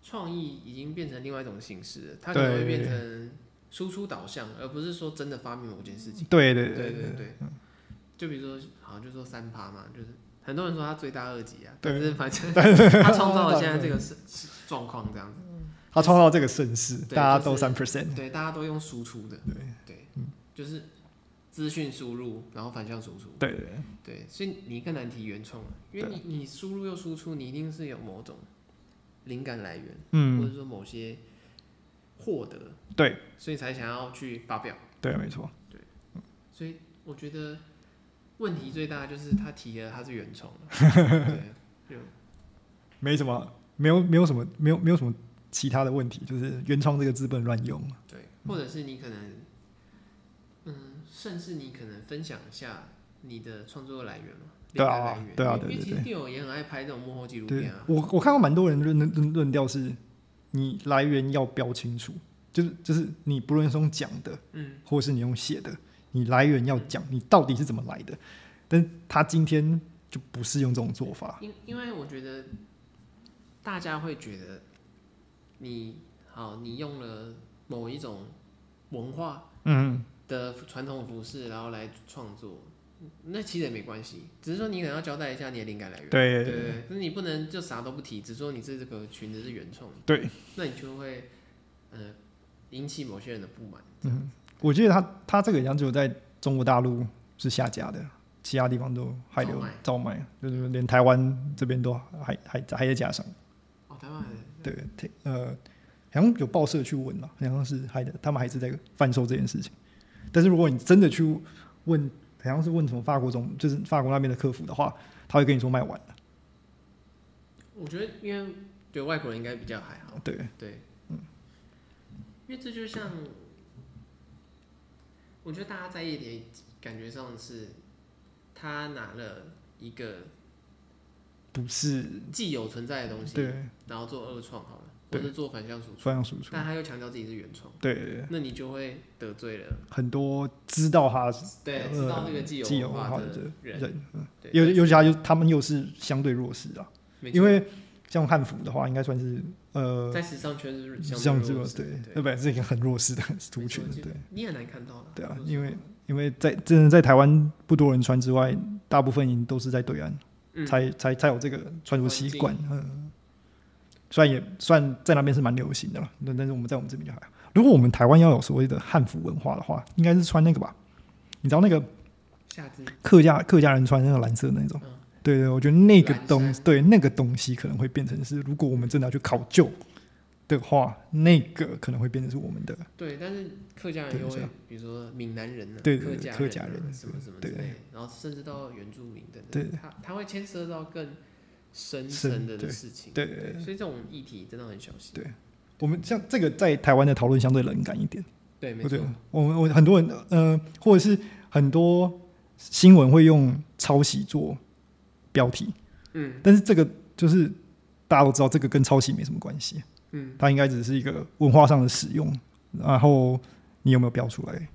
Speaker 2: 创意已经变成另外一种形式了，它可能会
Speaker 1: 对
Speaker 2: 变成输出导向，而不是说真的发明某件事情。
Speaker 1: 对对
Speaker 2: 对对
Speaker 1: 对
Speaker 2: 对就比如说，好像就说三趴嘛，就是很多人说他罪大恶极啊，
Speaker 1: 对
Speaker 2: 但是反正他创造了现在这个是是状况这样子，
Speaker 1: 他创造这个盛世，
Speaker 2: 对
Speaker 1: 大家都
Speaker 2: 就是
Speaker 1: 三 percent。
Speaker 2: 对，大家都用输出的，对，就是资讯输入，然后反向输出，
Speaker 1: 对对对
Speaker 2: 对，所以你更难提原创了，因为
Speaker 1: 对
Speaker 2: 你你输入又输出，你一定是有某种灵感来源，或
Speaker 1: 嗯，
Speaker 2: 者说某些获得，
Speaker 1: 对
Speaker 2: 所以才想要去发表。
Speaker 1: 对，没错。
Speaker 2: 所以我觉得问题最大就是他提了他是原创
Speaker 1: <laughs>
Speaker 2: 的，对，就
Speaker 1: 没什么，没有没有什么，没有没有什么其他的问题，就是原创这个资本乱用。
Speaker 2: 对，或者是你可能，嗯，甚至你可能分享一下你的创作来源嘛，
Speaker 1: 对啊
Speaker 2: 灵感来源
Speaker 1: 对啊
Speaker 2: 因
Speaker 1: 对
Speaker 2: 为因为
Speaker 1: 对
Speaker 2: 其实 d i 也很爱拍这种幕后纪录
Speaker 1: 对
Speaker 2: 片啊，
Speaker 1: 我我看到蛮多人论论论调是，你来源要标清楚，就是就是你不论是用讲的，
Speaker 2: 嗯，
Speaker 1: 或是你用写的，你来源要讲，你到底是怎么来的。但是他今天就不是用这种做法，
Speaker 2: 因因为我觉得大家会觉得你好，你用了某一种文化
Speaker 1: 嗯，
Speaker 2: 的传统服饰，然后来创作，那其实也没关系，只是说你可能要交代一下你的灵感来源。
Speaker 1: 对
Speaker 2: 对对，那你不能就啥都不提，只说你是这个裙子是原创的，
Speaker 1: 对，
Speaker 2: 那你就会呃引起某些人的不满。
Speaker 1: 我觉得他他这个样只有在中国大陆是下架的，其他地方都还留
Speaker 2: 照卖
Speaker 1: 照卖，就是连台湾这边都还还还在加上。
Speaker 2: 哦，台湾人
Speaker 1: 对，挺呃，好像有报社去问啊嘛，好像是还的，他们还是在贩售这件事情。但是如果你真的去问，好像是问什么法国总，就是法国那边的客服的话，他会跟你说卖完了。
Speaker 2: 我觉得因为对外国人应该比较还好。
Speaker 1: 啊对，
Speaker 2: 对，因为这就像，我觉得大家在意点感觉上是，他拿了一个
Speaker 1: 不是，
Speaker 2: 既有存在的东西，
Speaker 1: 对，
Speaker 2: 然后做二创好了，或
Speaker 1: 对
Speaker 2: 者做反向输出，
Speaker 1: 双向输出，
Speaker 2: 但他又强调自己是原创，
Speaker 1: 对对，对
Speaker 2: 那你就会得罪了，
Speaker 1: 很多知道他
Speaker 2: 对，
Speaker 1: 呃
Speaker 2: 知道那个既
Speaker 1: 既有
Speaker 2: 有
Speaker 1: 文
Speaker 2: 文
Speaker 1: 化
Speaker 2: 化
Speaker 1: 的
Speaker 2: 的人，
Speaker 1: 人，嗯
Speaker 2: 对，
Speaker 1: 尤尤其他又他们又是相对弱势啊，
Speaker 2: 没错
Speaker 1: 因为像汉服的话，应该算是呃。
Speaker 2: 在时尚圈是
Speaker 1: 这
Speaker 2: 相
Speaker 1: 样
Speaker 2: 对
Speaker 1: 子
Speaker 2: 弱
Speaker 1: 吧，
Speaker 2: 势
Speaker 1: 对
Speaker 2: 的，，
Speaker 1: 那本来是一个很弱势的族
Speaker 2: 没
Speaker 1: 群
Speaker 2: 错，就
Speaker 1: 对。
Speaker 2: 你很难看到了，
Speaker 1: 对啊
Speaker 2: 或，者
Speaker 1: 因为
Speaker 2: 说
Speaker 1: 因为在真的在台湾不多人穿之外，大部分都是在对岸、
Speaker 2: 嗯
Speaker 1: 才才才有这个穿着习
Speaker 2: 环境
Speaker 1: 惯。嗯，虽然也算在那边是蛮流行的了，但但是我们在我们这边就还好。如果我们台湾要有所谓的汉服文化的话，应该是穿那个吧？你知道那个
Speaker 2: 夏至
Speaker 1: 客家客家人穿那个蓝色的那种。
Speaker 2: 嗯
Speaker 1: 对对，我觉得那个东
Speaker 2: 蓝衫
Speaker 1: 对那个东西可能会变成是，如果我们真的要去考究的话，那个可能会变成是我们的。
Speaker 2: 对，但是客家人
Speaker 1: 对
Speaker 2: 又
Speaker 1: 是
Speaker 2: 会
Speaker 1: 啊，
Speaker 2: 比如说闽南人啊，
Speaker 1: 对对
Speaker 2: 客
Speaker 1: 对
Speaker 2: 家
Speaker 1: 客家
Speaker 2: 人啊
Speaker 1: 人
Speaker 2: 什么什么之
Speaker 1: 对
Speaker 2: 类的，然后甚至到原住民等
Speaker 1: 对
Speaker 2: 等，他他会牵涉到更深
Speaker 1: 深
Speaker 2: 层的
Speaker 1: 对
Speaker 2: 事情，
Speaker 1: 对对对
Speaker 2: 所以这种议题真的很小心，
Speaker 1: 对我们像这个在台湾的讨论相对冷感一点，
Speaker 2: 对，没
Speaker 1: 我觉
Speaker 2: 错
Speaker 1: 得，我们我很多人呃，或者是很多新闻会用抄袭做标题，
Speaker 2: 嗯
Speaker 1: 但是这个就是大家都知道，这个跟抄袭没什么关系，
Speaker 2: 嗯，
Speaker 1: 它应该只是一个文化上的使用，然后你有没有标出来？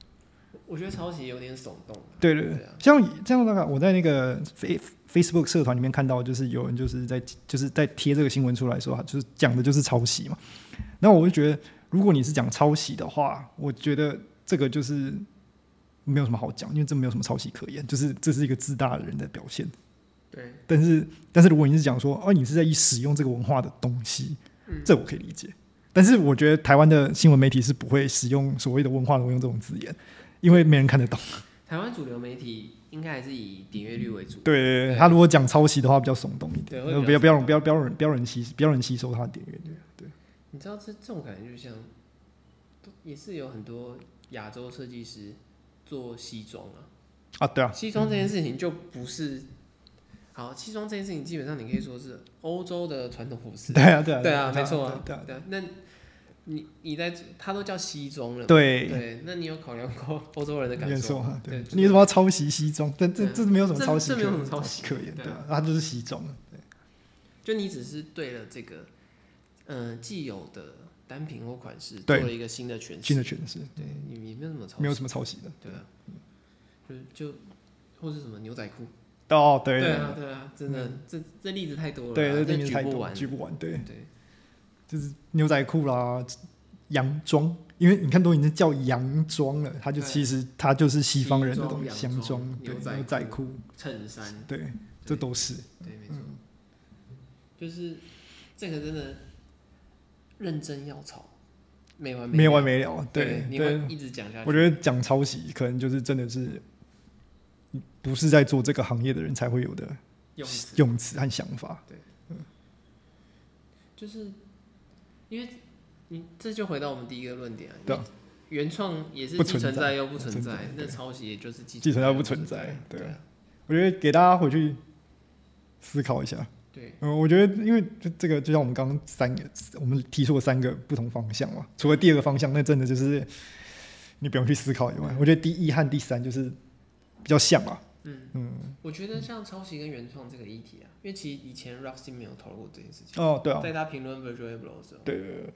Speaker 2: 我觉得抄袭有点耸动啊，
Speaker 1: 对对对
Speaker 2: 对啊，
Speaker 1: 像这样大概我在那个 Fa- Facebook 社团里面看到，就是有人就是在就是在贴这个新闻出来说，就是讲的就是抄袭嘛。那我就觉得，如果你是讲抄袭的话，我觉得这个就是没有什么好讲，因为这没有什么抄袭可言，就是这是一个自大的人的表现。
Speaker 2: 对，
Speaker 1: 但是但是如果你是讲说，哦，你是在使用这个文化的东西，
Speaker 2: 嗯
Speaker 1: 这我可以理解。但是我觉得台湾的新闻媒体是不会使用所谓的文化挪用这种字眼，因为没人看得懂。
Speaker 2: 台湾主流媒体应该还是以点阅率为主，
Speaker 1: 对
Speaker 2: 对
Speaker 1: 他如果讲抄袭的话，比较耸动一
Speaker 2: 对
Speaker 1: 点，
Speaker 2: 会
Speaker 1: 呃
Speaker 2: 比
Speaker 1: 不要
Speaker 2: 较
Speaker 1: 不要不要不要人不要人吸不要人吸收他的点阅率。对，
Speaker 2: 你知道这这种感觉就像，也是有很多亚洲设计师做西装啊，
Speaker 1: 啊，对啊，
Speaker 2: 西装这件事情就不是，好，西装这件事情基本上你可以说是欧洲的传统服饰，
Speaker 1: 对啊，对啊，
Speaker 2: 对啊，没错啊，
Speaker 1: 对啊，
Speaker 2: 对啊，那你你在它都叫西装了嘛，
Speaker 1: 对啊，
Speaker 2: 对，那你有考量过欧洲人的
Speaker 1: 对
Speaker 2: 感
Speaker 1: 没
Speaker 2: 受
Speaker 1: 错啊
Speaker 2: 吗？，
Speaker 1: 对，
Speaker 2: 就是
Speaker 1: 你为什么要抄袭西装？但这
Speaker 2: 对啊
Speaker 1: 这没有什么
Speaker 2: 这
Speaker 1: 抄袭
Speaker 2: 这
Speaker 1: 可
Speaker 2: 没有
Speaker 1: 言，
Speaker 2: 什么抄袭
Speaker 1: 可言，
Speaker 2: 对啊
Speaker 1: 对啊，他就是西装，
Speaker 2: 就你只是对了这个，嗯，既有的单品或款式做
Speaker 1: 对
Speaker 2: 了一个新的诠
Speaker 1: 新
Speaker 2: 释，
Speaker 1: 的诠释，
Speaker 2: 对你你没有什么抄
Speaker 1: 没有
Speaker 2: 袭，
Speaker 1: 什么抄袭的。
Speaker 2: 对啊，就就或是什么牛仔裤，
Speaker 1: 哦，对嗯
Speaker 2: 对啊对啊，真的这这例子太多了啊，
Speaker 1: 对，
Speaker 2: 这
Speaker 1: 这
Speaker 2: 举
Speaker 1: 太
Speaker 2: 不
Speaker 1: 多
Speaker 2: 完，
Speaker 1: 举不完，对，
Speaker 2: 对
Speaker 1: 就是牛仔裤啦，洋装，因为你看都已经叫洋装了，它就
Speaker 2: 对
Speaker 1: 其实它就是西方人的
Speaker 2: 西装
Speaker 1: 东西，
Speaker 2: 洋
Speaker 1: 洋
Speaker 2: 装
Speaker 1: 装，对，
Speaker 2: 牛仔
Speaker 1: 牛仔
Speaker 2: 裤
Speaker 1: 裤，
Speaker 2: 衬衫。
Speaker 1: 对，这都是。
Speaker 2: 对，
Speaker 1: 嗯
Speaker 2: 没错，就是这个真的认真要吵，没完
Speaker 1: 没
Speaker 2: 了
Speaker 1: 完没了。对
Speaker 2: 对，你
Speaker 1: 对
Speaker 2: 会，一直讲下去。
Speaker 1: 我觉得讲抄袭可能就是真的是不是在做这个行业的人才会有的
Speaker 2: 用词
Speaker 1: 用词和想法。
Speaker 2: 就是因为你这就回到我们第一个论点啊，
Speaker 1: 对啊
Speaker 2: 你原创也是
Speaker 1: 不
Speaker 2: 既
Speaker 1: 存
Speaker 2: 存
Speaker 1: 在
Speaker 2: 在又不
Speaker 1: 不
Speaker 2: 存
Speaker 1: 存
Speaker 2: 在
Speaker 1: 在，
Speaker 2: 那
Speaker 1: 对
Speaker 2: 抄袭也就是既
Speaker 1: 既存在
Speaker 2: 又
Speaker 1: 又
Speaker 2: 不
Speaker 1: 不存在
Speaker 2: 对
Speaker 1: 对
Speaker 2: 啊
Speaker 1: 我觉得给大家回去思考一下。
Speaker 2: 对
Speaker 1: 嗯，我觉得因为这这个就像我们刚刚三个，我们提出了三个不同方向嘛。除了第二个方向，那真的就是你不用去思考以外，我觉得第一和第三就是比较像嘛。
Speaker 2: 嗯，
Speaker 1: 嗯，
Speaker 2: 我觉得像抄袭跟原创这个议题啊，因为其实以前 Roxy 没有讨论过这件事情，
Speaker 1: 哦，对啊，
Speaker 2: 在他评论 Virtual Abloh 的时候，
Speaker 1: 对对对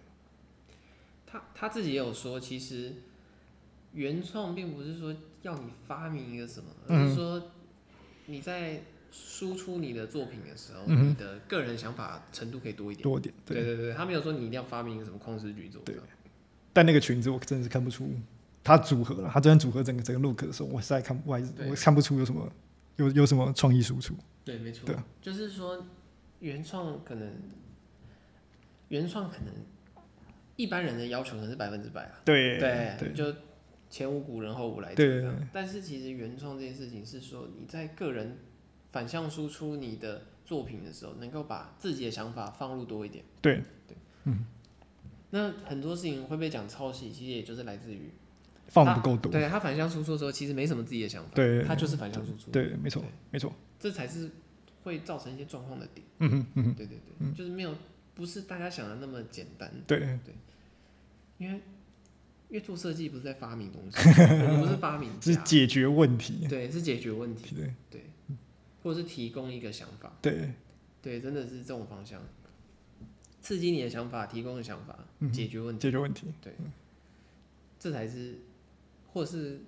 Speaker 2: 他他自己也有说，其实原创并不是说要你发明一个什么，而
Speaker 1: 嗯
Speaker 2: 是说你在输出你的作品的时候，
Speaker 1: 嗯哼
Speaker 2: 你的个人想法程度可以多一点。
Speaker 1: 多一点
Speaker 2: 对
Speaker 1: 对。
Speaker 2: 对对，他没有说你一定要发明一个什么旷世巨作。啊
Speaker 1: 对
Speaker 2: 这样
Speaker 1: 但那个裙子我真的是看不出它组合了，它真的组合整个整个 look 的时候，我实在看我还是
Speaker 2: 对
Speaker 1: 我看不出有什么有有什么创意输出。
Speaker 2: 对，没错
Speaker 1: 对啊，
Speaker 2: 就是说原创可能原创可能一般人的要求可能是百分之百啊，
Speaker 1: 对
Speaker 2: 对，
Speaker 1: 对
Speaker 2: 就前无古人后无来者。
Speaker 1: 对
Speaker 2: 但是其实原创这件事情是说，你在个人反向输出你的作品的时候，能够把自己的想法放入多一点。
Speaker 1: 对
Speaker 2: 那很多事情会被讲抄袭，其实也就是来自于
Speaker 1: 放不够多。
Speaker 2: 对他反向输出的时候，其实没什么自己的想法，
Speaker 1: 对
Speaker 2: 他就是反向输出，，
Speaker 1: 对，没错没错。
Speaker 2: 这才是会造成一些状况的点。
Speaker 1: 嗯哼嗯哼，
Speaker 2: 对对对，就是没有不是大家想的那么简单，
Speaker 1: 对
Speaker 2: 因为因为做设计不是在发明东西，
Speaker 1: <laughs>
Speaker 2: 我们不是啊发明
Speaker 1: 是
Speaker 2: 家，
Speaker 1: 解决问题。
Speaker 2: 对，是解决问题，
Speaker 1: 对
Speaker 2: 对，或者是提供一个想法。
Speaker 1: 对
Speaker 2: 对，真的是这种方向，刺激你的想法，提供的想法，
Speaker 1: 嗯哼
Speaker 2: 解决问题，
Speaker 1: 解决问题。
Speaker 2: 这才是，或者是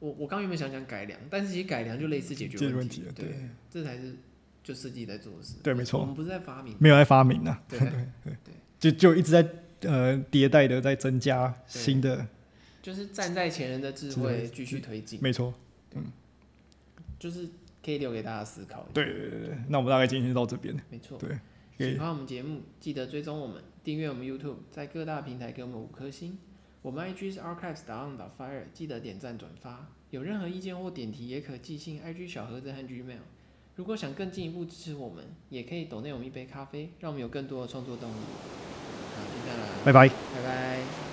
Speaker 2: 我我刚原本想讲改良，但是其实改良就类似
Speaker 1: 解
Speaker 2: 解决
Speaker 1: 决问
Speaker 2: 题
Speaker 1: 题，了
Speaker 2: 对，
Speaker 1: 对
Speaker 2: 这才是就设计在做的事，
Speaker 1: 对没错
Speaker 2: 我们不是在发明，
Speaker 1: 没有在发明啊，
Speaker 2: 嗯对
Speaker 1: 对
Speaker 2: 对，
Speaker 1: 就就一直在呃迭代的在增加
Speaker 2: 对
Speaker 1: 新的，
Speaker 2: 就是站在前人的智
Speaker 1: 智
Speaker 2: 慧
Speaker 1: 慧
Speaker 2: 继续推进，
Speaker 1: 没错。
Speaker 2: 就是可以留给大家思考，，
Speaker 1: 对对对对，那我们大概今天就到这边。
Speaker 2: 没错，
Speaker 1: 对
Speaker 2: 喜欢我们节目，记得追踪我们，订阅我们 YouTube，在各大平台给我们五颗星。我们 IG 是 archives 打 on 打 fire，记得点赞转发。有任何意见或点题，也可寄信 IG 小盒子和 Gmail。如果想更进一步支持我们，也可以抖内我们一杯咖啡，让我们有更多的创作动力。好，就这样啦，
Speaker 1: 拜拜。
Speaker 2: 拜拜。